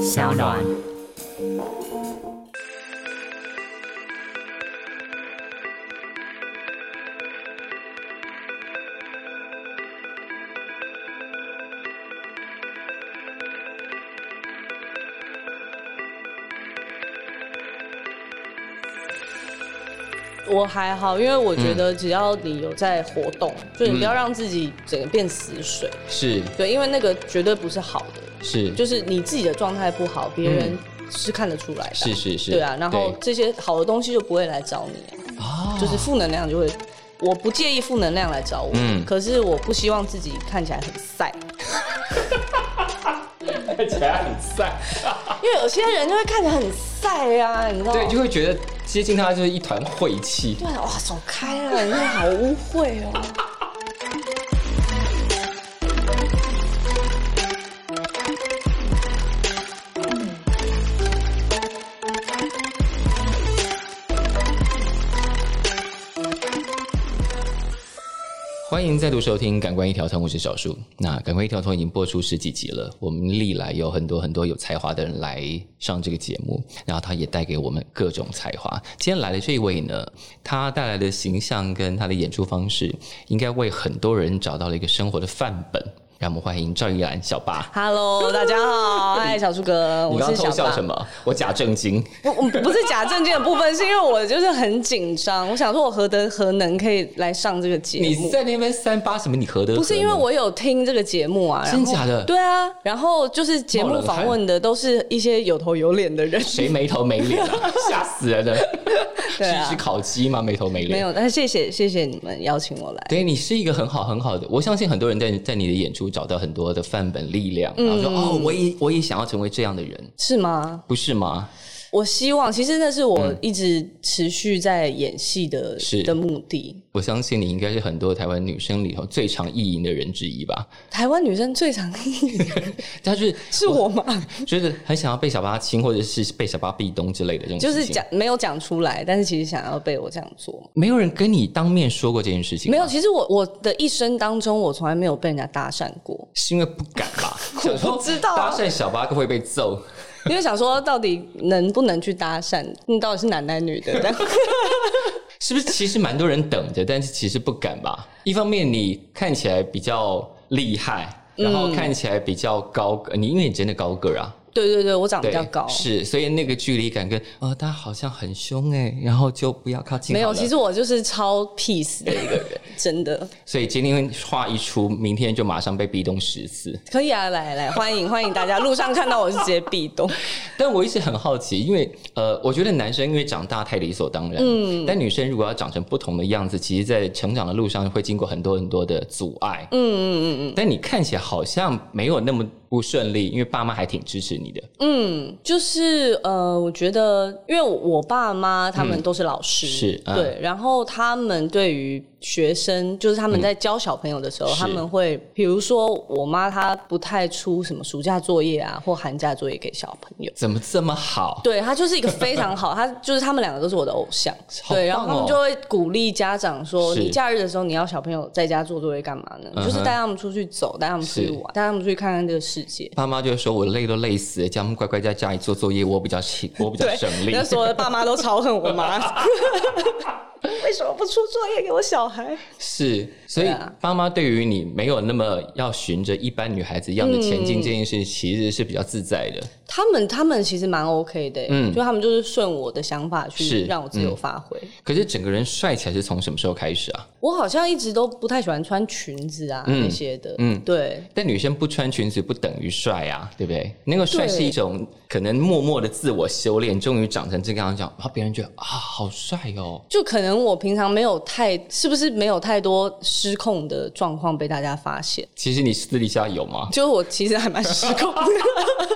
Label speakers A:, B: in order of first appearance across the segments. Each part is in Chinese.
A: 小暖。
B: 我还好，因为我觉
C: 嗯
B: 得只要你有在活动，就你不要让自己整个变死水，
C: 是
B: 对，因为那个绝对不是好的，
C: 是嗯
B: 就是你自己的状态不好，别人是看得出来的，
C: 是是是
B: 对啊，然后
C: 对
B: 这些好的东西就不会来找你、啊，
C: 啊
B: 就是负能量就会。我不介意负能量来找我，
C: 嗯
B: 可是我不希望自己看起来很晒，
C: 看起来很晒，
B: 因为有些人就会看起来很晒啊，你知道吗？
C: 对，哎就会觉得接近他就是一团晦气。
B: 对啊，哇，走开了，你真的好污 秽哦。
C: 欢迎再度收听《感官一条通》，我是小树。那《感官一条通》已经播出十几集了，我们历来有很多很多有才华的人来上这个节目，然后他也带给我们各种才华。今天来的这一位呢，他带来的形象跟他的演出方式，应该为很多人找到了一个生活的范本。让我们欢迎赵依然小八。
B: Hello，大家 好，嗨，小树哥，
C: 你
B: 我
C: 刚刚
B: 是
C: 偷
B: 小
C: 笑
B: 爸
C: 什。么？我假正经。
B: 不，我不是假证件的部分，是因为我就是很紧张，我想说我何德何能可以来上这个节
C: 你
B: 目。
C: 在那边三八什么？你何德何能？
B: 不是 因为我有听这个节目啊，然后
C: 真假的
B: 对啊，然后就是节目访问的都是一些有头有脸的人，
C: 谁没头没脸啊？吓死人了！
B: 对啊
C: 是是烤鸡吗？没头没脸。
B: 没有，但是谢谢谢谢你们邀请我来，
C: 对你是一个很好很好的，我相信很多人在在你的演出找到很多的范本力量，然后
B: 嗯
C: 说、哦，我也我也想要成为这样的人，
B: 是吗？
C: 不是吗？
B: 我希望，其实那是我一直持续在演戏的、
C: 嗯是
B: 的目的。
C: 我相信你应该是很多台湾女生里头最常意淫的人之一吧。
B: 台湾女生最常
C: 但是
B: 是我吗？
C: 嗯就是很想要被小八亲，或者是被小八壁咚之类的这种
B: 就
C: 事情，
B: 是讲没有讲出来，但是其实想要被我这样做。
C: 没有人跟你当面说过这件事情，
B: 没有，，其实我我的一生当中，我从来没有被人家搭讪 过，
C: 是因为不敢吧？想 说
B: 我不知道啊
C: 搭讪小八会不会被揍？
B: 因为想说到底能不能去搭讪，你到底是男男女 的？这样
C: 是不是其实蛮多人等着，但是其实不敢吧？一方面你看起来比较厉害，
B: 嗯
C: 然后看起来比较高个，你因为你真的高个儿啊，
B: 对对对，我长得
C: 对，
B: 哦比较高，
C: 是，所以那个距离感跟呃，大家好像很凶哎、然后就不要靠近。
B: 没有，其，实我就是超 peace 的一个人，真的
C: 所以今天话一出，明天就马上被壁咚十次。
B: 可以啊，来来，欢迎欢迎大家，路上看到我是直接壁咚，
C: 但我一直很好奇，因为呃，我觉得男生因为长大太理所当然，嗯，但女生如果要长成不同的样子，其实，在成长的路上会经过很多很多的阻碍，嗯嗯嗯嗯。但你看起来好像没有那么不顺利，因为爸妈还挺支持你的，
B: 就是呃，我觉得，因为我爸妈他们都是老师，
C: 是嗯嗯
B: 对，然后他们对于学生，就是他们在教小朋友的时候，
C: 是
B: 他们会，比如说我妈她不太出什么暑假作业啊，或寒假作业给小朋友。
C: 怎么这么好？
B: 对她就是一个非常好，她就是他们两个都是我的偶像，
C: 好
B: 对，
C: 棒
B: 然后他们
C: 哦
B: 就会鼓励家长说，
C: 是
B: 你假日的时候你要小朋友在家做作业干嘛呢？
C: 嗯哼
B: 就是带他们出去走，带他们出去
C: 是
B: 玩，带他们出去看看这个世界。
C: 爸妈就会说：“我累都累死了，叫他们乖乖在家里做作业，我比较轻，我 比较省力。
B: 那”所有的爸 妈都超恨我妈， 为什么不出作业给我小孩？
C: 是，所以
B: 对啊
C: 爸妈对于你没有那么要循着一般女孩子一样的前进这件事，其实是比较自在的。
B: 他们他们其实蛮 OK 的、欸
C: 嗯
B: 就他们就是顺我的想法
C: 是嗯
B: 去让我自由发挥。
C: 可是整个人帅起来是从什么时候开始啊？
B: 我好像一直都不太喜欢穿裙子啊、
C: 嗯
B: 那些的，
C: 嗯
B: 嗯，对。
C: 但女生不穿裙子不等于帅啊，对不对？那个帅
B: 对
C: 是一种可能默默的自我修炼，终于长成这个样子，然后别人觉得啊，好帅哦。
B: 就可能我平常没有太，是不是没有太多失控的状况被大家发现？
C: 其实你私底下有吗？
B: 就我其实还蛮失控的。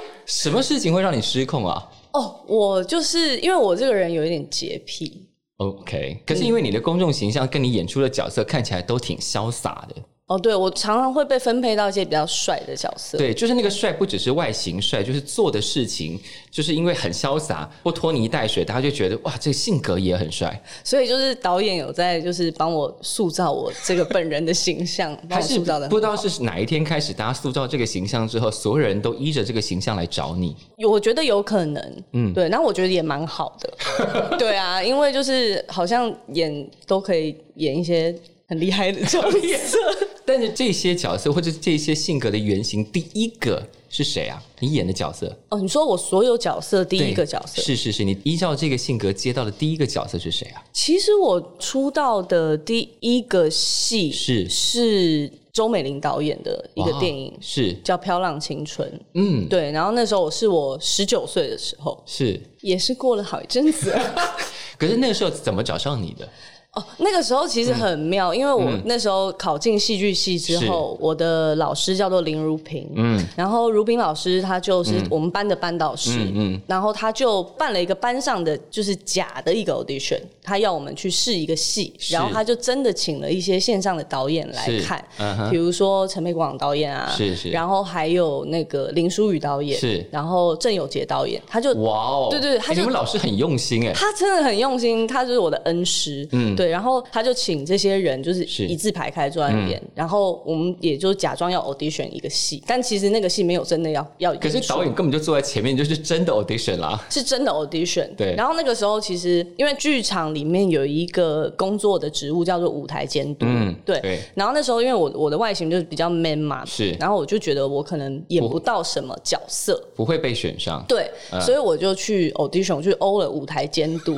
C: 什么事情会让你失控啊
B: 哦，我就是因为我这个人有一点洁癖，
C: ？OK，可是因为你的公众形象跟你演出的角色看起来都挺潇洒的，
B: 哦，对我常常会被分配到一些比较帅的角色。
C: 对，就是那个帅，不只是外形帅，就是做的事情，就是因为很潇洒，不拖泥带水，大家就觉得哇，这个性格也很帅。
B: 所以就是导演有在就是帮我塑造我这个本人的形 象，帮
C: 还
B: 我
C: 是
B: 塑造的。
C: 不知道是哪一天开始，大家塑造这个形象之后，所有人都依着这个形象来找你。
B: 我觉得有可能，嗯，对，那我觉得也蛮好 的，对啊，因为就是好像演都可以演一些很厉害的角 色，
C: 但是这些角色或者这些性格的原型，第一个是谁啊？你演的角色，
B: 哦，你说我所有角色第一
C: 对
B: 个角色，
C: 是是是，你依照这个性格接到的第一个角色是谁啊？
B: 其实我出道的第一个戏
C: 是
B: 是周美玲导演的一个
C: 哇
B: 电影，
C: 是
B: 叫《飘浪青春》。
C: 嗯
B: 对，然后那时候我是我十九岁的时候，
C: 是，
B: 也是过了好一阵子。啊
C: 可是那个时候怎么找上你的？
B: 哦，那个时候其实很妙，
C: 嗯
B: 因为我那时候考进戏剧系之后，我的老师叫做林如萍，嗯，然后如萍老师她就是
C: 嗯
B: 我们班的班导师，嗯，然后她就办了一个班上的就是假的一个 audition，她要我们去试一个戏，
C: 是
B: 然后她就真的请了一些线上的导演来
C: 是
B: 看，
C: 嗯哼
B: 比如说陈佩广导演啊，
C: 是是
B: 然后还有那个林淑宇导演，
C: 是
B: 然后郑有杰导演，他就
C: 哇哦，
B: 对对对他
C: 哎
B: 就
C: 你们老师很用心哎、
B: 他真的很用心，他就是我的恩师，嗯，对，然后他就请这些人就是
C: 是嗯
B: 一字排开坐在那边，然后我们也就假装要 audition 一个戏，但其实那个戏没有真的要要演出，
C: 可是导演根本就坐在前面，就是真的 audition 啦。
B: 是真的 audition，
C: 对
B: 然后那个时候其实因为剧场里面有一个工作的职务叫做舞台监督，
C: 嗯
B: 对，
C: 对
B: 然后那时候因为我我的外形就是比较 man 嘛，
C: 是
B: 然后我就觉得我可能演不到什么角色，
C: 不会被选上，
B: 对，所以我就去 audition 去欧了舞台监 督。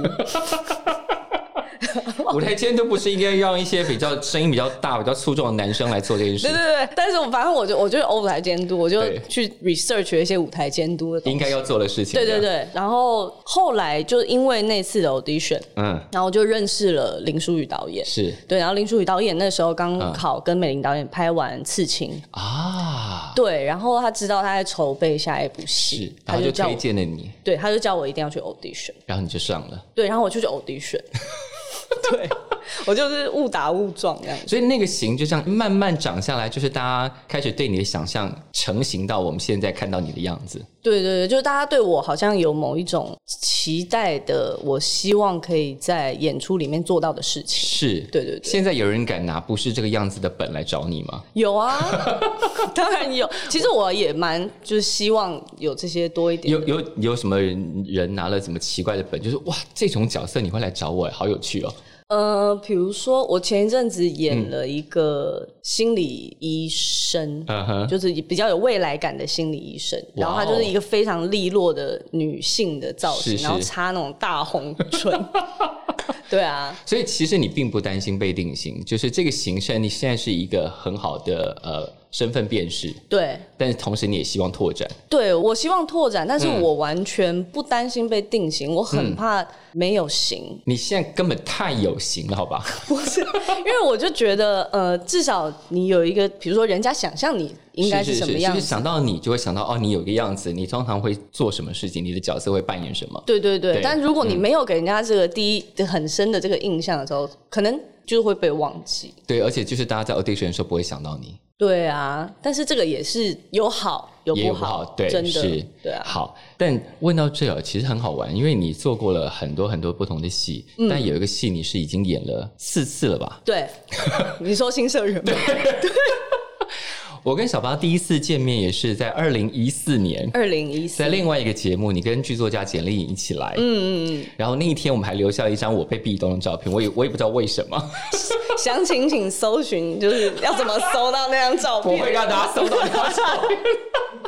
C: 舞台监督不是应该让一些比较声音比较大、比较粗壮的男生来做这件事
B: 对？对对，但是我反正我就我就是舞台监督，我就
C: 对
B: 去 research 了一些舞台监督的东西。
C: 应该要做的事情。
B: 对对
C: 这样，
B: 对，然后后来就因为那次的 audition，
C: 嗯，
B: 然后就认识了林淑宇导演。
C: 是
B: 对，然后林淑宇导演那时候刚好跟美玲导演拍完《刺青》
C: 啊，
B: 对，然后他知道他在筹备下一部戏
C: 是，，然后就
B: 叫我
C: 推，荐了你，
B: 对，他就叫我一定要去 audition。
C: 然后你就上了。
B: 对，然后我就去 audition，对 我就是误打误撞这样子。
C: 所以那个型就这样慢慢长下来，就是大家开始对你的想象成型到我们现在看到你的样子。
B: 对对对，就是大家对我好像有某一种期待的，我希望可以在演出里面做到的事情。
C: 是，
B: 对对对
C: 现在有人敢拿不是这个样子的本来找你吗？
B: 有啊， 当然有。其实我也蛮就是希望有这些多一点。
C: 有有有什么人人拿了什么奇怪的本，就是哇，这种角色你会来找我，好有趣哦。
B: 呃，比如说我前一阵子演了一个心理医生。
C: 嗯哼，
B: 就是比较有未来感的心理医生，
C: 哇
B: 然
C: 哦
B: 后她就是一个非常利落的女性的造型，
C: 是是
B: 然后插那种大红唇， 对啊，
C: 所以其实你并不担心被定型，就是这个形象你现在是一个很好的呃身份辨识，
B: 对，
C: 但是同时你也希望拓展。
B: 对，我希望拓展，但是
C: 嗯
B: 我完全不担心被定型，我很怕没有型，
C: 你现在根本太有型了，好吧？
B: 不是，因为我就觉得，呃，至少你有一个，比如说人家想象你应该
C: 是
B: 什
C: 是
B: 么样
C: 就
B: 子，
C: 是想到你就会想到哦，你有一个样子，你通常会做什么事情，你的角色会扮演什么。
B: 对对对。
C: 对嗯
B: 但如果你没有给人家这个第一很深的这个印象的时候，可能就会被忘记。
C: 对，而且就是大家在 audition 的时候不会想到你，
B: 对啊，但是这个也是有好有
C: 也有
B: 不
C: 不好，对，
B: 真的
C: 是，
B: 对啊。
C: 好，但问到这儿，其实很好玩，因为你做过了很多很多不同的戏，
B: 嗯
C: 但有一个戏你是已经演了四次了吧？
B: 对，你说新社员吗？
C: 我跟小巴第一次见面也是在二零一四年。
B: 二零一四
C: 在，另外一个节目，你跟剧作家简丽颖一起来，嗯嗯嗯，然后那一天我们还留下了一张我被壁咚的照片，我也我也不知道为什么，
B: 详情请搜寻，就是要怎么搜到那张照
C: 我
B: 片。
C: 会让大家搜到你的照片。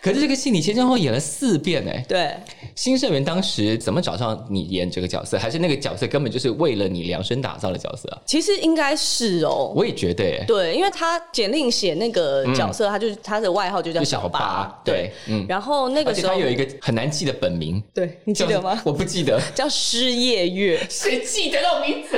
C: 可是这个戏你先前后演了四遍哎、
B: 对，
C: 新社员当时怎么找上你演这个角色？还是那个角色根本就是为了你量身打造的角色啊？
B: 其实应该是哦。
C: 我也觉得、欸，
B: 对，因为他简令写那个角色，他就他的外号就叫
C: 就小
B: 八，
C: 八
B: 啊对，
C: 对嗯
B: 然后那
C: 而
B: 个
C: 且
B: 时候
C: 他有一，个很难记的本名，
B: 对你记
C: 叫
B: 得吗？
C: 我不 记得，
B: 叫失夜月，
C: 谁记得那种名字？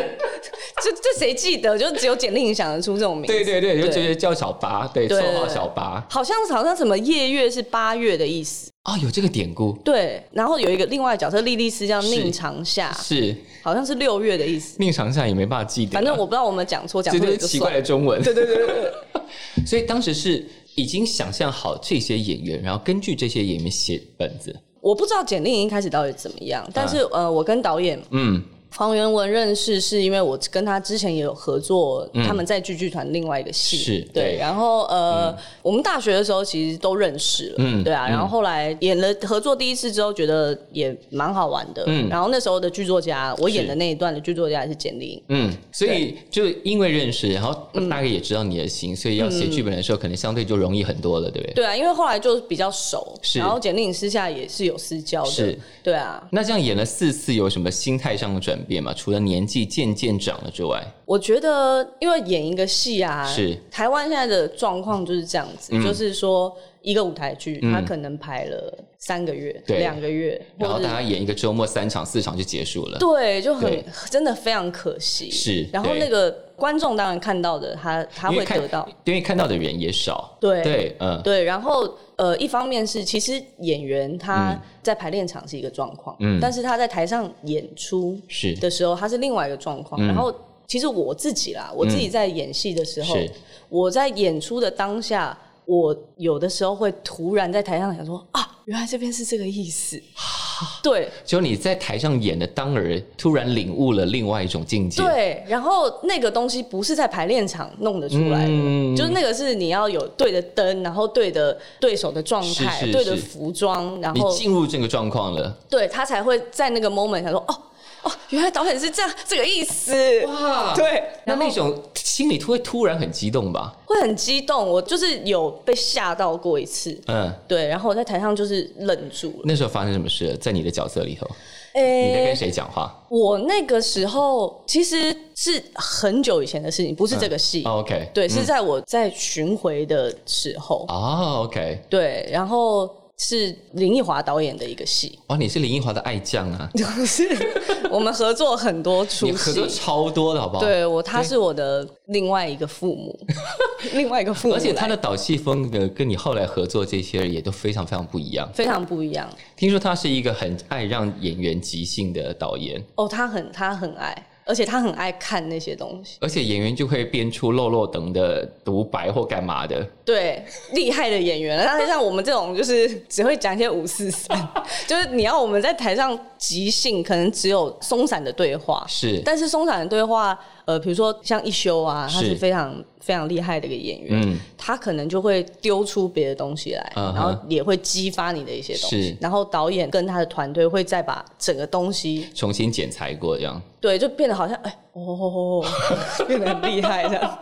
B: 这这谁记得？就只有简令想得出这种名字。
C: 对对对，就
B: 对
C: 觉得叫小八，对，
B: 对
C: 绰号小八。
B: 好像好像什么夜月是八月的意思，
C: 啊，有这个典故
B: 对，然后有一个另外的角色莉莉丝叫
C: 是
B: 宁长夏，
C: 是
B: 好像是六月的意思。
C: 宁长夏也没办法记得啊，
B: 反正我不知道我们讲错讲
C: 这
B: 错
C: 就
B: 了
C: 是
B: 就
C: 奇
B: 算
C: 怪
B: 了。
C: 的中文。对对对对。 所以当时是已经想象好这些演员，然后根据这些演员写本子。
B: 我不知道简历一开始到底怎么样，但是、
C: 啊
B: 呃，我跟导演
C: 嗯，
B: 黄元文认识是因为我跟他之前也有合作，他们在剧剧团另外一个戏，
C: 嗯是对
B: 对。然后呃，我们大学的时候其实都认识了，
C: 嗯
B: 对啊。然后后来演了合作第一次之后，觉得也蛮好玩的。
C: 嗯
B: 然后那时候的剧作家，我演的那一段的剧作家也是简丽颖，
C: 嗯，所以就因为认识，然后大概也知道你的心，所以要写剧本的时候，可能相对就容易很多了，对不对？
B: 对啊，因为后来就比较熟，
C: 是
B: 然后简丽颖私下也是有私交的
C: 是，
B: 对啊。
C: 那这样演了四次，有什么心态上的转变吗？除了年纪渐渐长了之外，
B: 我觉得，因为演一个戏啊，
C: 是嗯
B: 台湾现在的状况就是这样子，就是说一个舞台剧，它可能排了三个月、
C: 对
B: 两个月，
C: 然后
B: 或者
C: 大家演一个周末三场四场就结束了。
B: 对，就很
C: 对
B: 真的非常可惜。
C: 是
B: 然后
C: 对
B: 那个观众当然看到的，他他
C: 因
B: 会
C: 为看
B: 得到，，
C: 因为看到的人也少。
B: 对
C: 对，嗯，
B: 对，然后呃，一方面是其实演员他在排练场是一个状况，
C: 嗯
B: 但是他在台上演出
C: 是
B: 的时候，他是另外一个状
C: 嗯
B: 况。然后其实我自己啦，我自己在演戏的时候，
C: 是
B: 我在演出的当下，我有的时候会突然在台上想说啊，原来这边是这个意思，
C: 啊
B: 对。
C: 就你在台上演的当儿，突然领悟了另外一种境界。
B: 对，然后那个东西不是在排练场弄得出来的，
C: 嗯
B: 就是那个是你要有对的灯，然后对的对手的状态，
C: 是是
B: 对的
C: 是
B: 服装，然
C: 你
B: 后
C: 进入这个状况了，
B: 对他才会在那个 moment 想说，哦哦，原来导演是这样这个意思，
C: 哇
B: 对，
C: 那
B: 然后
C: 那种心里会突然很激动吧？
B: 会很激动，我就是有被吓到过一次。
C: 嗯，
B: 对，然后我在台上就是愣住了。
C: 那时候发生什么事了？在你的角色里头，你在
B: 诶、
C: 跟谁讲话
B: 我那个时候其实是很久以前的事情，不是这个戏，
C: 哦？OK，
B: 嗯对，是在我在巡回的时候，
C: 哦，OK，
B: 对，然后是林奕华导演的一个戏，
C: 哇，哦你是林奕华的爱将啊，
B: 就是我们合作很多出
C: 你
B: 戏，
C: 合作超多的好不好？，
B: 对我，他是我的另外一个父母， 另外一个父母来，
C: 而且他的导戏风格跟你后来合作这些人也都非常非常不一样。
B: 非常不一样
C: 听说他是一个很爱让演员即兴的导演，
B: 哦，他很他很爱，而且他很爱看那些东西，
C: 而且演员就会编出漏漏等的独白或干嘛的。
B: 对，厉害的演员，但是像我们这种就是只会讲一些五四三，就是你要我们在台上即兴，可能只有松散的对话，
C: 是
B: 但是松散的对话，呃，比如说像一休啊，他
C: 是
B: 是非常非常厉害的一个演员，
C: 嗯
B: 他可能就会丢出别的东西来，
C: 嗯哼
B: 然后也会激发你的一些东
C: 是
B: 西，然后导演跟他的团队会再把整个东西，
C: 重新剪裁过这样。
B: 对，就变得好像哎、哦哦 哦哦，变得很厉害这样，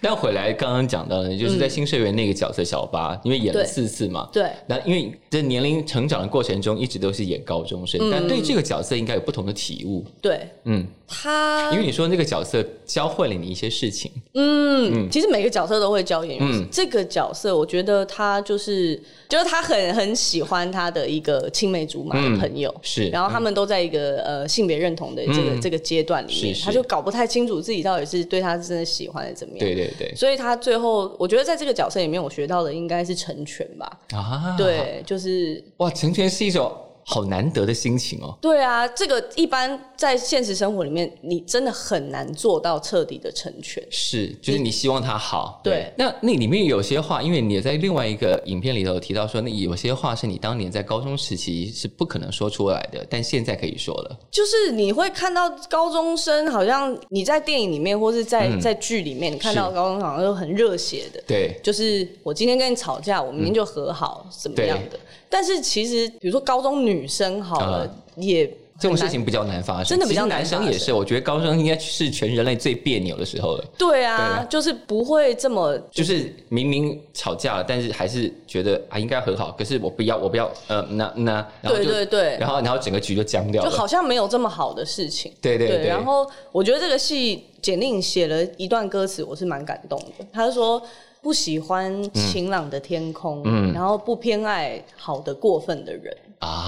C: 但回来刚刚讲到的，就是在新社员那个角色小八，因为演了四次嘛。
B: 嗯对。
C: 那因为在年龄成长的过程中，一直都是演高中生，
B: 嗯
C: 但对这个角色应该有不同的体悟。
B: 对
C: 嗯，
B: 他，
C: 因为你说那个角色教会了你一些事情，
B: 嗯，其实每个角色都会教演员。
C: 嗯
B: 这个角色，我觉得他就是，就是他很很喜欢他的一个青梅竹马的朋友，
C: 嗯是
B: 然后他们都在一个呃性别认同的这个、
C: 嗯
B: 这个阶段里面，
C: 是是
B: 他就搞不太清楚自己到底是对他真的喜欢的怎么样。
C: 对对对
B: 所以他最后，我觉得在这个角色里面，我学到的应该是成全吧。
C: 啊，，
B: 对，就是
C: 哇，成全是一种好难得的心情哦。
B: 对啊，这个一般在现实生活里面，你真的很难做到彻底的成全。
C: 是，就是你希望他好。
B: 对
C: 那那里面有些话，因为你在另外一个影片里头有提到说，那有些话是你当年在高中时期是不可能说出来的，但现在可以说了。
B: 就是你会看到高中生，好像你在电影里面或是在、
C: 嗯
B: 在剧里面，你看到高中生好像都很热血的，
C: 对，
B: 就是我今天跟你吵架，我明天就和好，怎么样的？但是其实，比如说高中女生好了，
C: 啊
B: 也
C: 这种
B: 很难
C: 事情比较难发生，
B: 真的比较
C: 其实
B: 难
C: 男生
B: 发
C: 也是，
B: 生
C: 我觉得高中应该是全人类最别扭的时候了。
B: 对
C: 对
B: 啊，就是不会这么
C: 就是明明吵架了，但是还是觉得啊应该和好，可是我不要，我不要，呃，那那，然后
B: 对
C: 就
B: 对对
C: 然后然后整个局就僵掉
B: 就
C: 了。
B: 好像没有这么好的事情。
C: 对对对
B: 然后我觉得这个戏简令写了一段歌词，我是蛮感动的。他就说不喜欢晴朗的天空，
C: 嗯
B: 然后不偏爱好的过分的人，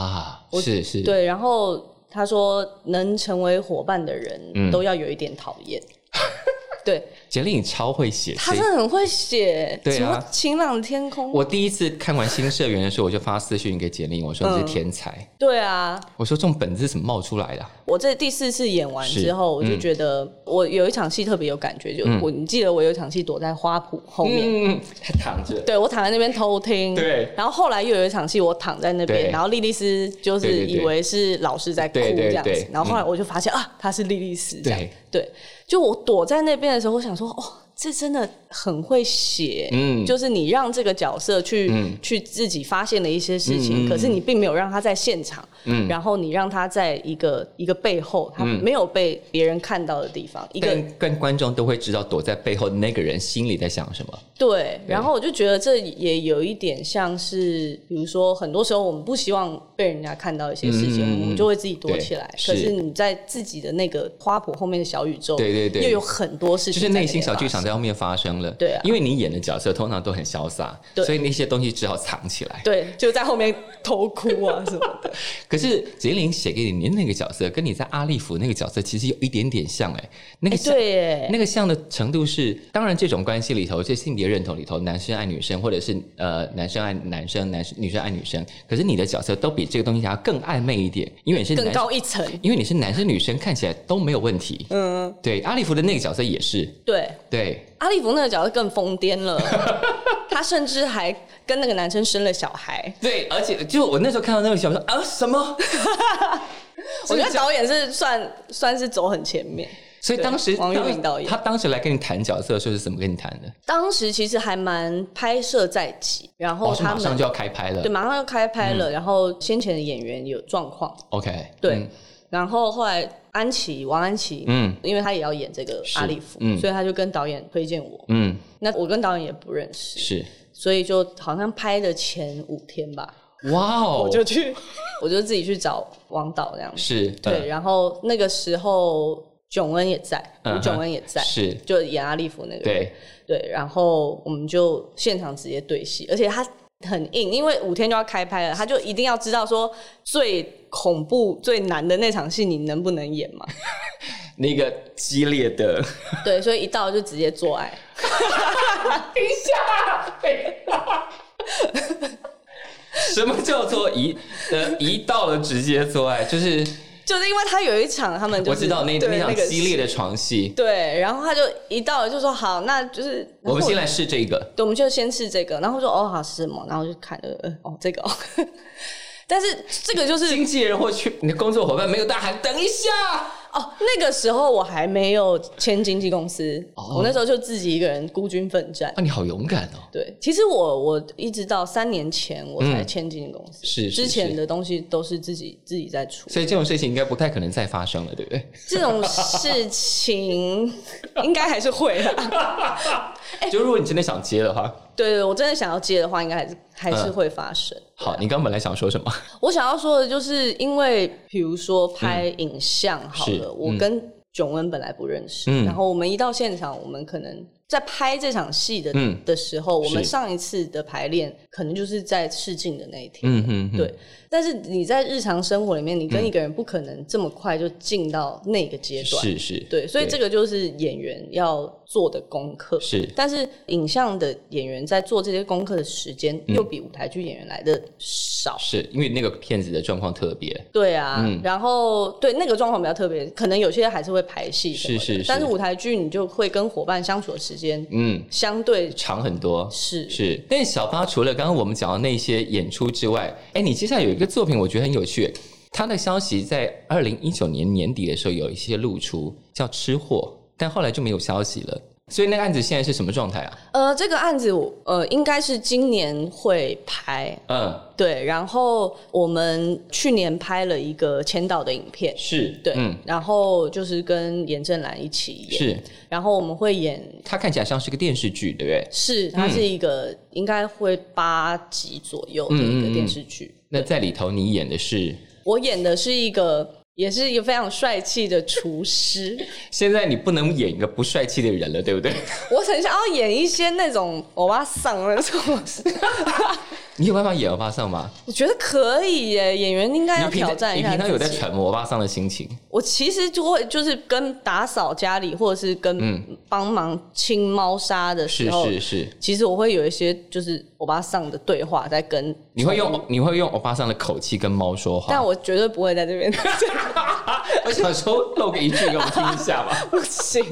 C: 啊，是是，，
B: 对，然后。
C: 嗯
B: 他说：“能成为伙伴的人、都要有一点讨厌。”对，
C: 简历你超会写，
B: 他真的很会写，
C: 对啊
B: 什么晴朗的天空，
C: 我第一次看完新社员的时候，我就发私讯给简历，我说你是天才，
B: 对啊，
C: 我说这种本子怎么冒出来的啊、
B: 我这第四次演完之后，我
C: 是嗯
B: 就觉得我有一场戏特别有感觉，就我你记得我有一场戏躲在花圃后面，
C: 嗯，他 躺着，
B: 对我躺在那边偷听，
C: 对
B: 然后后来又有一场戏，我躺在那
C: 对
B: 边，然后莉莉丝就
C: 对对
B: 是
C: 对
B: 以为是老师在哭
C: 对对
B: 这样
C: 对嗯
B: 子，然后后来我就发现啊，她是莉莉丝这样
C: 对，
B: 对，就我躲在那边的时候，我想说哦。这真的很会写，
C: 嗯
B: 就是你让这个角色去、去自己发现了一些事
C: 嗯
B: 情，可是你并没有让他在现场，然后你让他在一个一个背后，他
C: 嗯
B: 没有被别人看到的地方，一个
C: 但但观众都会知道躲在背后的那个人心里在想什么。
B: 对，然后我就觉得这也有一点像是，比如说，很多时候我们不希望被人家看到一些事情，
C: 嗯嗯嗯
B: 我们就会自己躲起来。
C: 对
B: 可
C: 是
B: 是你在自己的那个花圃后面的小宇宙，
C: 对对对
B: 又有很多事
C: 就
B: 情，
C: 是内心小剧场。在外面发生了，
B: 对啊
C: 因为你演的角色通常都很潇洒，
B: 对
C: 所以那些东西只好藏起来。
B: 对，就在后面偷哭啊什 么的。
C: 可是杰林写给你那个角色，跟你在阿利弗那个角色其实有一点点像哎、那个
B: 哎
C: 像、
B: 对耶
C: 那个像的程度是，当然这种关系里头，这性别认同里头，男生爱女生，或者是呃男生爱男生，男生女生爱女生，可是你的角色都比这个东西还要更暧昧一点，因为你是
B: 更
C: 男生，
B: 高一层，
C: 因为你是男生女生看起来都没有问题。
B: 嗯，
C: 对，阿利弗的那个角色也是，
B: 对，
C: 对，
B: 阿利弗那个角色更疯癫 了，他甚至还跟那个男生生了小孩。
C: 对，而且就我那时候看到那个小说啊什么，
B: 我觉得
C: 这
B: 导演是算算是走很前面。
C: 所以
B: 对
C: 当时
B: 王岳
C: 当
B: 明导演
C: 他当时来跟你谈角色的时候是怎么跟你谈的？
B: 当时其实还蛮拍摄在即，然后
C: 哦，是
B: 他
C: 马上
B: 们
C: 就要嗯开拍了
B: 对，马上要开拍了，然后先前的演员有状况，
C: ，OK，
B: 对，
C: 嗯
B: 然后后来安琪王安琪，
C: 嗯
B: 嗯，因为他也要演这个阿里夫，
C: 嗯
B: 所以他就跟导演推荐我，
C: 嗯，
B: 那我跟导演也不认识，
C: 是，
B: 所以就好像拍的前五天吧，
C: 哇哦，
B: 我就去， 我就自己去找王导这样子，
C: 是
B: 对，，然后那个时候囧恩也在，
C: 嗯
B: 吴囧恩也在，
C: 是
B: 就演阿利夫那个，
C: 对，
B: 对，然后我们就现场直接对戏，而且他很硬，因为五天就要开拍了，他就一定要知道说最恐怖、最难的那场戏你能不能演嘛？
C: 那个激烈的，
B: 对，所以一到就直接做爱。
C: 等一下，什么叫做一呃一到了直接做爱？就是
B: 就是因为他有一场，他们就
C: 我
B: 是
C: 知道那
B: 对
C: 那场
B: 个
C: 激烈的床戏，
B: 对，然后他就一到了就说好，那就是
C: 我们先
B: 来。
C: 来试这个，
B: 对，我们就先试这个，然后说哦好是什么，然后就看呃呃哦这个哦， 但是这个就是
C: 经纪人或去你的工作伙伴没有大喊等一下。
B: 哦，那个时候我还没有签经纪公司，
C: 哦
B: 我那时候就自己一个人孤军奋战。
C: 啊，你好勇敢哦！
B: 对，其实我我一直到三年前我才签经纪公司，
C: 嗯是是
B: 之前的东西都是自己自己在出。
C: 所以这种事情应该不太可能再发生了，对不对？
B: 这种事情应该还是会 啦。哎
C: 就如果你真的想接的话，
B: 对对，我真的想要接的话，应该还是还是
C: 嗯
B: 会发生。
C: 好，你刚本来想说什么？
B: 我想要说的就是，因为比如说拍影像好
C: 嗯是
B: 了，
C: 嗯
B: 我跟囧恩本来不认识，
C: 嗯
B: 然后我们一到现场，我们可能在拍这场戏的、
C: 嗯
B: 的时候，我们
C: 是
B: 上一次的排练可能就是在试镜的那一天。
C: 嗯哼哼，
B: 对，但是你在日常生活里面，你跟一个人不可能这么快就进到那个阶段，
C: 是是，
B: 对，所以这个就是演员要做的功课。
C: 是
B: 但是影像的演员在做这些功课的时间，
C: 嗯
B: 又比舞台剧演员来的少。
C: 是因为那个骗子的状况特别，
B: 对啊，
C: 嗯
B: 然后对那个状况比较特别，可能有些还是会排戏什么的，
C: 是是是
B: 但是舞台剧你就会跟伙伴相处的时间
C: 嗯，
B: 相对
C: 长很多。
B: 是
C: 是，但是小八除了刚刚我们讲的那些演出之外，哎，你接下来有一个作品，我觉得很有趣。他的消息在二零一九年年底的时候有一些露出，叫《吃货》，但后来就没有消息了。所以那个案子现在是什么状态啊？
B: 呃这个案子我呃应该是今年会拍。
C: 嗯，
B: 对，然后我们去年拍了一个签到的影片，
C: 是，
B: 对，
C: 嗯，
B: 然后就是跟严正兰一起演，
C: 是。
B: 然后我们会演，
C: 它看起来像是个电视剧，对不对？
B: 是它是一个、应该会八集左右的一
C: 嗯嗯嗯
B: 个电视剧，
C: 那在里头你演的是，
B: 我演的是一个，也是一个非常帅气的厨师。
C: 现在你不能演一个不帅气的人了，对不对？
B: 我很想要演一些那种欧巴桑那种，
C: 你有办法演欧巴桑吗？
B: 我觉得可以耶，演员应该要
C: 你平
B: 挑战一下
C: 你平常有
B: 自
C: 在
B: 己
C: 揣摩欧巴桑的心情？
B: 我其实就会就是跟打扫家里，或者是跟帮忙清猫砂的时
C: 是
B: 候，
C: 嗯是是，
B: 其实我会有一些就是我巴上的对话在跟，
C: 你会用你会用欧巴桑的口气跟猫说话？
B: 但我绝对不会在这边，
C: 我想说露个一句给我们听一下 吧。
B: 不行，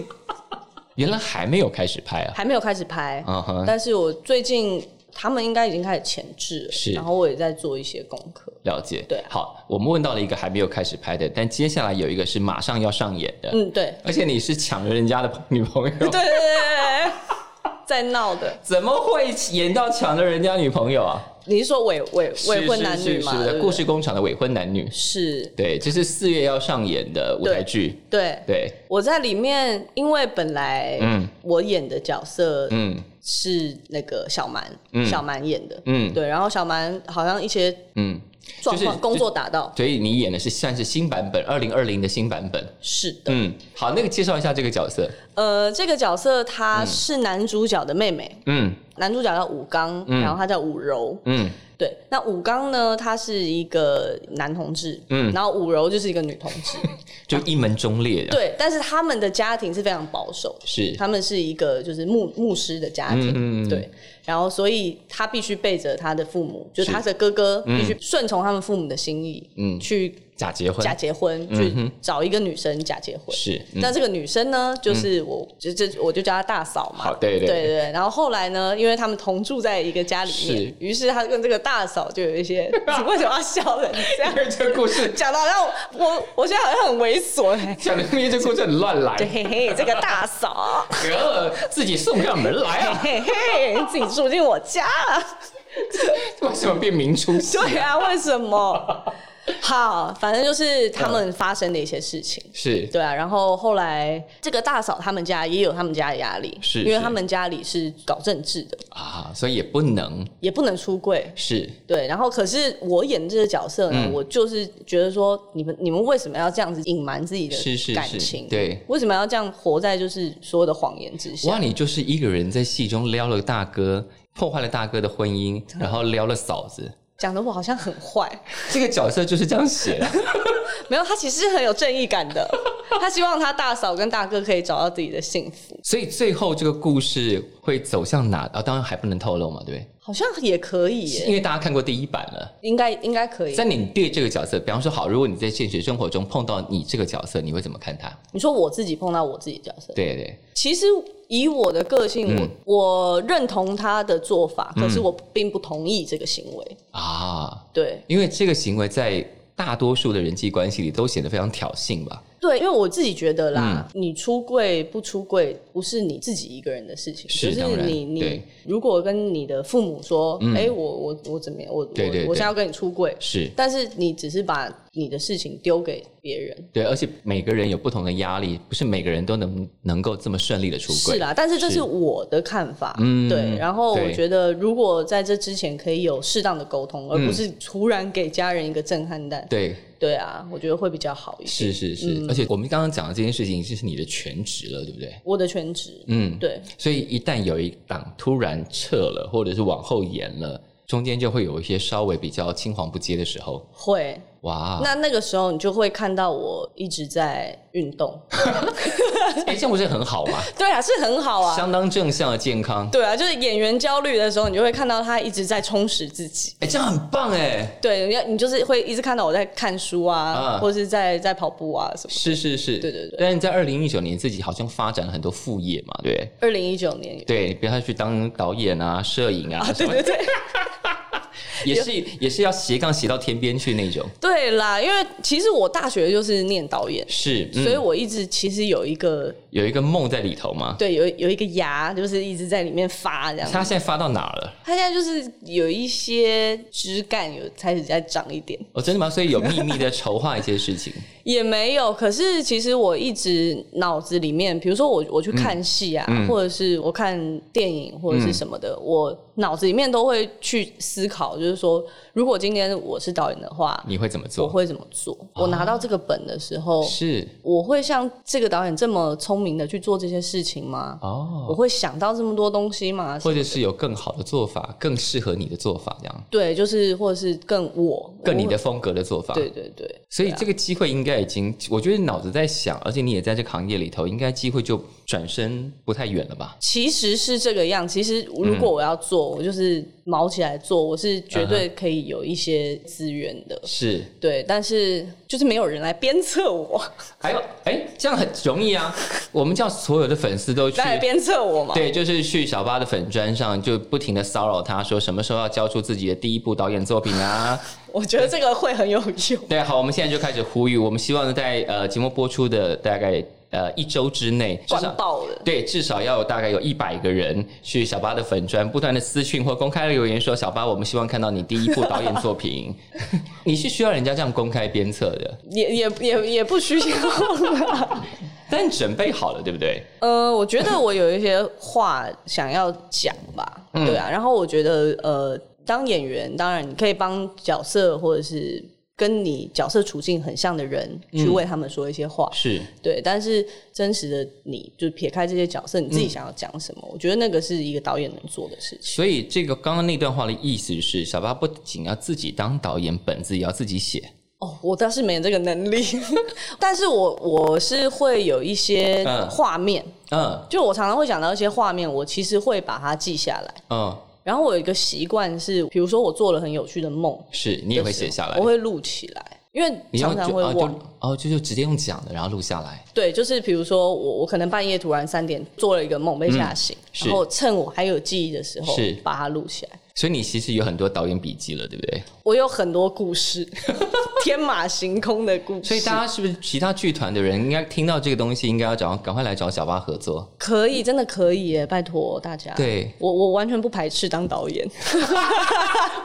C: 原来还没有开始拍啊？
B: 还没有开始拍，
C: 嗯哼，
B: 但是我最近他们应该已经开始前置了，
C: 是
B: 然后我也在做一些功课，
C: 了解。
B: 对啊
C: 好，我们问到了一个还没有开始拍的，但接下来有一个是马上要上演的，
B: 嗯， 对，
C: 而且你是抢了人家的女朋友，
B: 对对对对对， 在闹的，
C: 怎么会演到抢了人家女朋友啊？
B: 你是说伪伪伪婚男女嘛？
C: 是是是
B: 对
C: 的，
B: 不对
C: 故事工厂的未婚男女，
B: 是，
C: 对，这是四月要上演的舞台剧，
B: 对，
C: 对，
B: 我在里面，因为本来
C: 嗯
B: 我演的角色
C: 嗯
B: 是那个小蛮，
C: 嗯
B: 小蛮演的，
C: 嗯
B: 对，然后小蛮好像一些
C: 嗯，
B: 状
C: 就
B: 况
C: 是
B: 工作打到，
C: 所以你演的是算是新版本，二零二零的新版本，
B: 是的，
C: 嗯，好，那个介绍一下这个角色，
B: 呃，这个角色她是男主角的妹妹，
C: 嗯
B: 男主角叫武刚，然后她叫武柔，
C: 嗯
B: 对，那武刚呢，他是一个男同志，
C: 嗯
B: 嗯，然后武柔就是一个女同 志，
C: 就一门忠烈的，
B: 对，但是他们的家庭是非常保守的，
C: 是
B: 他们是一个就是牧牧师的家庭，
C: 嗯嗯嗯
B: 对，然后所以他必须背着他的父母，就是他的哥哥必须顺从他们父母的心意，
C: 嗯
B: 去
C: 假结婚
B: 假结婚，去找一个女生假结婚。
C: 是，嗯
B: 那这个女生呢，就是我，就这我就叫她大嫂嘛。
C: 好对
B: 对
C: 对对
B: 对。然后后来呢，因为他们同住在一个家里
C: 是
B: 面，于是她跟这个大嫂就有一 些，你为什么要笑的？这样
C: 因为这故事
B: 讲的好像我我我现在好像很猥琐哎、
C: 讲的那些故事很乱来
B: 就，嘿嘿，这个大嫂，
C: 呃，自己送上门来 啊，
B: 嘿嘿，你自己住进我家了。
C: 为什么变明出戏？
B: 对啊，为什么？好，反正就是他们发生的一些事情。
C: 是
B: 对啊，然后后来这个大嫂他们家也有他们家的压力，
C: 是
B: 因为
C: 是
B: 他们家里是搞政治的，
C: 啊，所以也不能
B: 也不能出柜。
C: 是
B: 对，然后可是我演这个角色呢，
C: 嗯
B: 我就是觉得说，你们你们为什么要这样子隐瞒自己
C: 是是
B: 的感
C: 是
B: 情？
C: 对，
B: 为什么要这样活在就是所有的谎言之下？
C: 哇，你就是一个人在戏中撩了大哥，破坏了大哥的婚姻，然后撩了嫂子，
B: 讲的我好像很坏，
C: 这个角色就是这样写 的。
B: 没有，他其实很有正义感 的，他希望他大嫂跟大哥可以找到自己的幸福，
C: 所以最后这个故事会走向哪？啊，当然还不能透露嘛，对不对？
B: 好像也可以
C: 是
B: 耶，
C: 因为大家看过第一版了。
B: 应该应该可以
C: 在。你对这个角色，比方说好，如果你在现实生活中碰到你这个角色，你会怎么看他？
B: 你说我自己碰到我自己角色，
C: 对嗯对，
B: 其实以我的个性，我我认同他的做法，可是
C: 嗯
B: 我并不同意这个行为。
C: 啊，
B: 对
C: 因为这个行为在大多数的人际关系里都显得非常挑衅吧？
B: 对，因为我自己觉得啦，
C: 嗯
B: 你出柜不出柜不是你自己一个人的事情，
C: 是
B: 就
C: 当
B: 是
C: 然
B: 你你
C: 对嗯
B: 如果跟你的父母说，哎、我我我怎么样，我
C: 对对
B: 我我
C: 对
B: 现在要跟你出柜，
C: 是
B: 但是你只是把你的事情丢给别人。
C: 对，而且每个人有不同的压力，不是每个人都能能够这么顺利的出轨。
B: 是啦，但是这
C: 是
B: 是我的看法，
C: 嗯
B: 对。然后我
C: 对
B: 觉得，如果在这之前可以有适当的沟通，而不是突然给家人一个震撼弹，
C: 嗯对，
B: 对啊，我觉得会比较好一些。
C: 是是是，而且我们刚刚讲的这件事情，这是你的全职了，对不对？
B: 我的全职，
C: 嗯，
B: 对，
C: 所以一旦有一档突然撤了，或者是往后延了，中间就会有一些稍微比较青黄不接的时候。
B: 会。
C: 哇，
B: 那那个时候你就会看到我一直在运动，
C: 哎，这样不是很好吗？
B: 对啊，是很好啊。
C: 相当正向的健康，
B: 对啊，就是演员焦虑的时候，你就会看到他一直在充实自己。
C: 哎，这样很棒哎！
B: 对，你要你就是会一直看到我在看书啊，
C: 啊
B: 或是在在跑步啊什么。
C: 是是是，
B: 对对对
C: 但是在二零一九年，自己好像发展了很多副业嘛，对不对？
B: 二零一九年
C: 对，比如他去当导演啊、摄影 啊，
B: 啊，
C: 什
B: 对
C: 么
B: 对对，
C: 也是也是要斜杠斜到天边去那种。
B: 对啦，因为其实我大学就是念导演，
C: 是，嗯、
B: 所以我一直其实有一个
C: 有一个梦在里头嘛。
B: 对有有一个牙，就是一直在里面发这样。
C: 他现在发到哪了？
B: 它现在就是有一些枝干有开始在长一点，
C: 哦，真的吗？所以有秘密的筹划一些事情。
B: 也没有。可是其实我一直脑子里面，比如说我我去看戏啊，
C: 嗯
B: 或者是我看电影或者是什么的，我脑子里面都会去思考，就是说，如果今天我是导演的话，
C: 你会怎 么
B: 我
C: 做？哦
B: 会怎么做？我拿到这个本的时候，
C: 是
B: 我会像这个导演这么聪明的去做这些事情吗？我
C: 哦，
B: 会想到这么多东西吗？
C: 或者是有更好的做法，更适合你的做法，这样
B: 对，就是或者是更我
C: 更你
B: 我
C: 的风格的做法。
B: 对对对，
C: 所以
B: 对啊
C: 这个机会应该已经，我觉得脑子在想，而且你也在这个行业里头，应该机会就转身不太远了吧？
B: 其实是这个样。其实如果我要做，我就是毛起来做，我是绝对
C: 嗯
B: 可以有一些资源的。
C: 是，
B: 对，但是就是没有人来鞭策我，
C: 还有，哎，这样很容易啊！我们叫所有的粉丝都去
B: 来鞭策我嘛。
C: 对，就是去小巴的粉砖上，就不停的骚扰他，说什么时候要交出自己的第一部导演作品 啊？
B: 我觉得这个会很有用。
C: 对，好，我们现在就开始呼吁，我们希望在呃节目播出的大概呃一周之内，至
B: 灌
C: 少。
B: 爆了，
C: 对，至少要有大概有一百个人去小巴的粉砖，不断的私讯或公开留言说：“小巴，我们希望看到你第一部导演作品。”你是需要人家这样公开鞭策的，
B: 也也也也不需要 啦。
C: 但准备好了，对不对？
B: 呃，我觉得我有一些话想要讲吧，
C: 嗯
B: 对啊。然后我觉得，呃，当演员，当然你可以帮角色或者是跟你角色处境很像的人
C: 嗯
B: 去为他们说一些话，
C: 是，
B: 对。但是真实的你，就撇开这些角色，你自
C: 嗯
B: 己想要讲什么，我觉得那个是一个导演能做的事情。
C: 所以这个刚刚那段话的意思是，小巴不仅要自己当导演，本子也要自己写。
B: 哦，我倒是没有这个能 力，但是我我是会有一些
C: 嗯
B: 画面，
C: 嗯
B: 就我常常会想到一些画面，我其实会把它记下来。
C: 嗯，
B: 然后我有一个习惯是，比如说我做了很有趣的梦，
C: 是你也会写下来
B: 我，会录起来，因为
C: 你用
B: 常常会忘。
C: 哦就哦，就就直接用讲的，然后录下来。
B: 对，就是比如说我我可能半夜突然三点做了一个梦被吓醒，
C: 嗯是
B: 然后趁我还有记忆的时候
C: 是
B: 把它录起来。
C: 所以你其实有很多导演笔记了，对不对？
B: 我有很多故事， 天马行空的故事，
C: 所以大家是不是其他剧团的人应该听到这个东西，应该要找赶快来找小巴合作？
B: 可以真的可以耶，拜托大家。
C: 对，
B: 我我完全不排斥当导 演，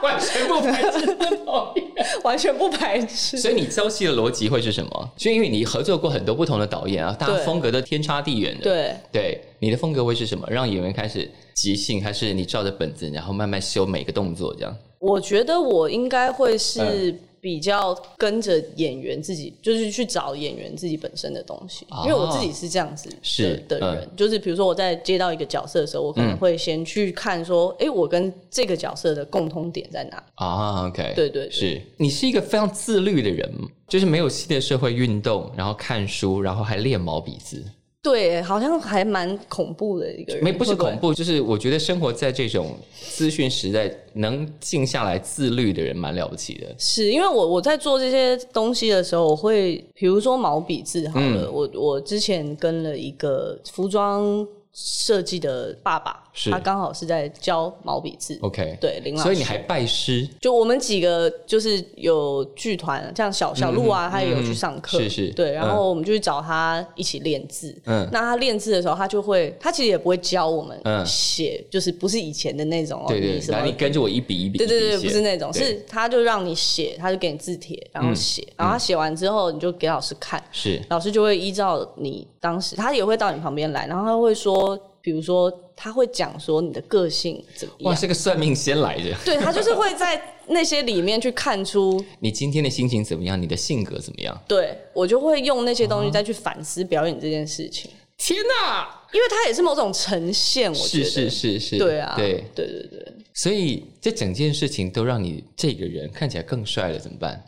C: 完全不排 斥导演。
B: 完全不排斥。
C: 所以你交戏的逻辑会是什么？就因为你合作过很多不同的导演啊，大家
B: 对
C: 风格都天差地远的。
B: 对，
C: 对，你的风格会是什么？让演员开始即兴，还是你照着本子，然后慢慢修每个动作这样？
B: 我觉得我应该会是
C: 嗯
B: 比较跟着演员自己，就是去找演员自己本身的东西，
C: 哦
B: 因为我自己是这样子的
C: 是嗯
B: 的人，就是比如说我在接到一个角色的时候，我可能会先去看说，哎、我跟这个角色的共通点在哪？
C: 啊，OK，
B: 对对对
C: 是你是一个非常自律的人，就是没有系列社会运动，然后看书，然后还练毛笔字。
B: 对，好像还蛮恐怖的一个人，
C: 没不是
B: 会会
C: 恐怖，就是我觉得生活在这种资讯时代，能静下来自律的人蛮了不起的。
B: 是因为我我在做这些东西的时候，我会比如说毛笔字好了，
C: 嗯
B: 我我之前跟了一个服装设计的爸爸，
C: 是
B: 他刚好是在教毛笔字
C: OK，，
B: 对林老师，
C: 所以你还拜师，
B: 就我们几个就是有剧团，像
C: 嗯
B: 小小鹿啊，他也有去上课，
C: 是是
B: 对，然后我们就去找他一起练字。
C: 嗯
B: 那他练字的时候，他就会，他其实也不会教我们
C: 嗯
B: 写，就是不是以前的那种哦，
C: 对对
B: 你
C: 对，
B: 什么
C: 然后你跟着我一笔一笔，
B: 对对
C: 一
B: 对，
C: 笔写
B: 不是那种，
C: 对嗯
B: 是他就让你写，他就给你字帖，然后写，然后他写完之后你就给老师看，
C: 是
B: 老师就会依照你当时，他也会到你旁边来，然后他会说，比如说他会讲说你的个性怎么
C: 哇，
B: 样，
C: 是个算命先来着。
B: 对他就是会在那些里面去看出，
C: 你今天的心情怎么样？你的性格怎么样？
B: 对我就会用那些东
C: 啊
B: 西再去反思表演这件事情，
C: 天哪！
B: 因为它也是某种呈现，我觉
C: 是
B: 得
C: 是是是，
B: 对啊，
C: 对，
B: 对对对，
C: 所以这整件事情都让你这个人看起来更帅了，怎么办？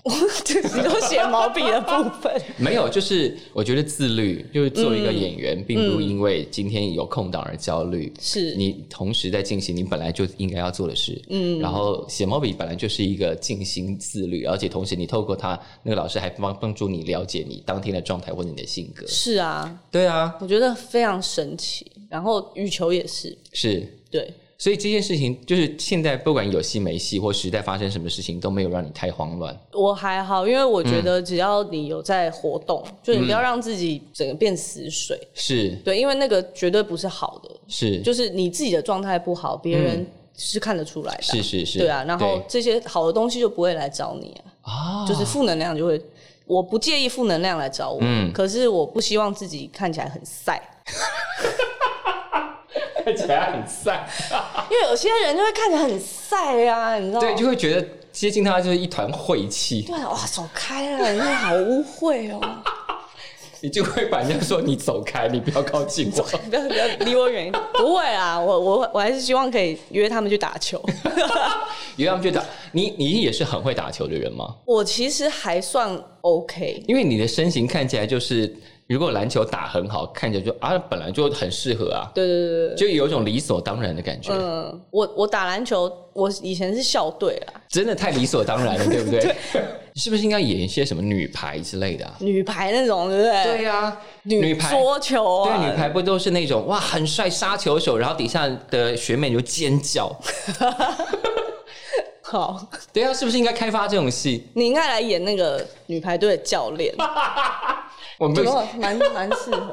B: 你都写毛笔的部 分。
C: 没有，就是我觉得自律，就是做一个演员，并不因为今天有空档而焦虑。
B: 是
C: 你同时在进行你本来就应该要做的事，嗯，然后写毛笔本来就是一个静心自律，而且同时你透过它，那个老师还帮帮助你了解你当天的状态或者你的性格。
B: 是啊，
C: 对啊，
B: 我觉得非常神奇。然后羽球也是，
C: 是，
B: 对，
C: 所以这件事情就是现在不管有戏没戏或时代发生什么事情都没有让你太慌乱。
B: 我还好，因为我觉得只要你有在活动，就你不要让自己整个变死水，
C: 是
B: 对，因为那个绝对不是好的，
C: 是
B: 就是你自己的状态不好，别人是看得出来的啊，
C: 是是是，
B: 对啊，然后这些好的东西就不会来找你啊，
C: 啊，
B: 就是负能量就会，我不介意负能量来找我，可是我不希望自己看起来很晒，
C: 看起来很散。
B: 因为有些人就会看起来很晒啊，你知道吗？
C: 对，就会觉得接近他就是一团晦气。
B: 啊对，哇，走开了，你真的好污秽哦。
C: 你就会把人家说你走开，你不要靠 近我。
B: 不要不要离我远一点，不会啊，我我我还是希望可以约他们去打球。
C: 因为他们就打你，你也是很会打球的人吗？
B: 我其实还算 OK，
C: 因为你的身形看起来就是，如果篮球打很好，看起来就啊本来就很适合啊，
B: 对对对对对。
C: 就有一种理所当然的感觉，
B: 嗯，我我打篮球，我以前是校队啦，
C: 真的太理所 当然了，对不对？你是不是应该演一些什么女排之类的啊、
B: 女排那种，对不对？啊
C: 对呀、
B: 女
C: 排。
B: 桌球啊，
C: 对，女排不都是那种哇很帅杀球手，然后底下的学妹就尖 叫。
B: 好，
C: 对啊，是不是应该开发这种戏？
B: 你应该来演那个女排队的教练，
C: 啊我们
B: 对，蛮蛮适合。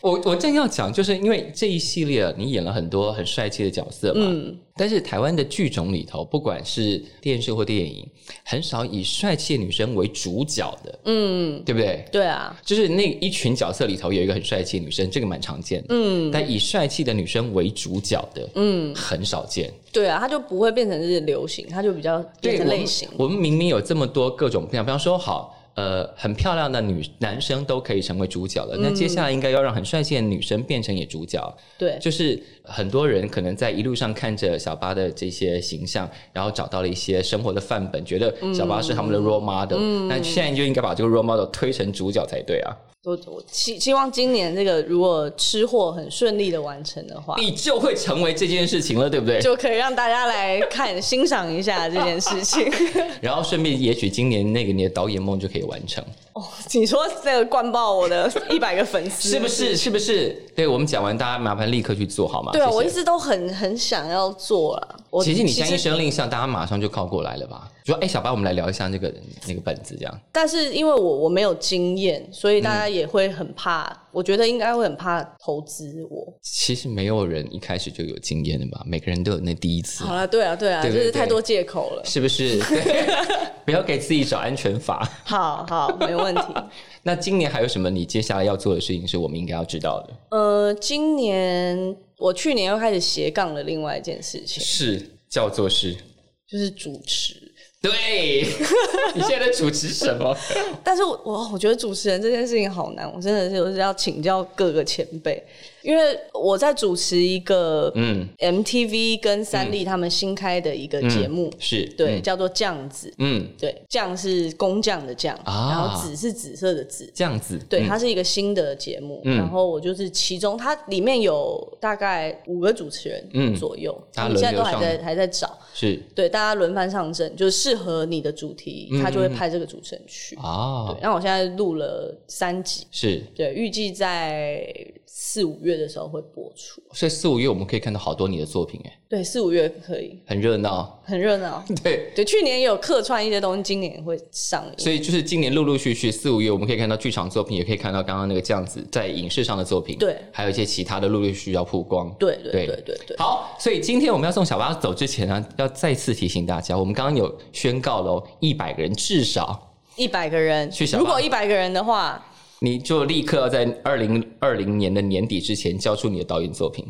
C: 我我正要讲，就是因为这一系列你演了很多很帅气的角色嘛，
B: 嗯
C: 但是台湾的剧种里头，不管是电视或电影，很少以帅气的女生为主角的，
B: 嗯，
C: 对不对？
B: 对啊，
C: 就是那一群角色里头有一个很帅气的女生，这个蛮常见的，嗯，但以帅气的女生为主角的，嗯，很少见。
B: 对啊，它就不会变成是流行，它就比较变
C: 对，我
B: 成
C: 们
B: 类型。
C: 我们明明有这么多各种不一样，比方说好。呃，很漂亮的女男生都可以成为主角了。
B: 嗯
C: 那接下来应该要让很帅气的女生变成也主角，
B: 对，
C: 就是很多人可能在一路上看着小巴的这些形象，然后找到了一些生活的范本，觉得小巴是他
B: 嗯
C: 们的 role model、那现在就应该把这个 role model 推成主角才对啊！
B: 我我希希望今年这个如果吃货很顺利的完成的话，
C: 你就会成为这件事情了，对不对？
B: 就可以让大家来看欣赏一下这件事 情。
C: 然后顺便，也许今年那个你的导演梦就可以完成。
B: 哦，你说这个灌爆我的一百个粉丝，
C: 是不？是？是不是？对我们讲完，大家麻烦立刻去做好吗？
B: 对啊，
C: 谢谢
B: 我一直都很很想要做啊。我
C: 其实你现在一声令下，大家马上就靠过来了吧？说，哎、小白，我们来聊一下那个那个本子，这样。
B: 但是因为我我没有经验，所以大家也会很怕。我觉得应该会很怕投资我。
C: 其实没有人一开始就有经验的吧？每个人都有那第一次，
B: 好了，对啊，对啊，
C: 对对
B: 就是太多借口了。
C: 是不 是？对，不要给自己找安全法。
B: 好好，没问 题。
C: 那今年还有什么你接下来要做的事情是我们应该要知道的？
B: 呃，今年我去年又开始斜杠了另外一件事情，
C: 是叫做是。
B: 就是主持。
C: 对， 你现在在主持什么？
B: 但是我我我觉得主持人这件事情好难，我真的是有时要请教各个前辈，因为我在主持一个
C: 嗯，
B: MTV 跟三立他们新开的一个节目，
C: 是
B: 对，，叫做酱子，
C: 嗯，
B: 对，酱是工匠的酱，
C: 啊
B: 然后紫是紫色的紫。
C: 这样子，
B: 对，
C: 嗯
B: 它是一个新的节目，
C: 嗯
B: 然后我就是其中，它里面有大概五个主持
C: 嗯
B: 人左右，
C: 大
B: 他
C: 家
B: 们现在都还
C: 轮流上
B: 在还在找，
C: 是
B: 对，大家轮番上阵，就是适合你的主题，
C: 嗯
B: 他就会派这个主持人去。
C: 啊
B: 对，，那我现在录了三集，
C: 是
B: 对，预计在四五月的时候会播出。
C: 所以四五月我们可以看到好多你的作品，哎，
B: 对，四五月可以，
C: 很热闹。
B: 很热闹。
C: 对，
B: 对，去年也有客串一些东西，今年也会上映。
C: 所以就是今年陆陆续续四五月，我们可以看到剧场作品，也可以看到刚刚那个这样子在影视上的作品，
B: 对，
C: 还有一些其他的陆陆续续要曝光。
B: 对对
C: 对
B: 对对对，
C: 好，所以今天我们要送小巴走之前呢，要再次提醒大家，我们刚刚有宣告喽，一百个人至少，
B: 一百个人
C: 去，想吧
B: 如果一百个人的话，
C: 你就立刻要在二零二零年的年底之前交出你的导演作品。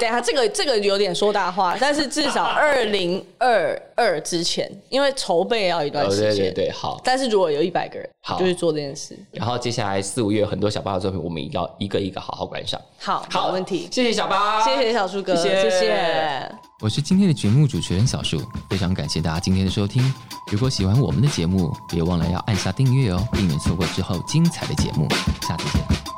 B: 等一下这个这个有点说大话，但是至少二零二二之前，因为筹备要一段时
C: 呃哦对
B: 间。
C: 对对，好。
B: 但是如果有一百个人，
C: 好
B: 就去做这件事。
C: 然后接下来四五月有很多小巴的作品，我们要一个一个好好观赏。
B: 好，
C: 好，
B: 没问题。
C: 谢谢小巴，
B: 谢谢小树哥，
C: 谢谢
B: 谢谢
C: 我是今天的节目主持人小树，非常感谢大家今天的收听。如果喜欢我们的节目，别忘了要按下订阅哦，避免错过之后精彩的节目。下次见。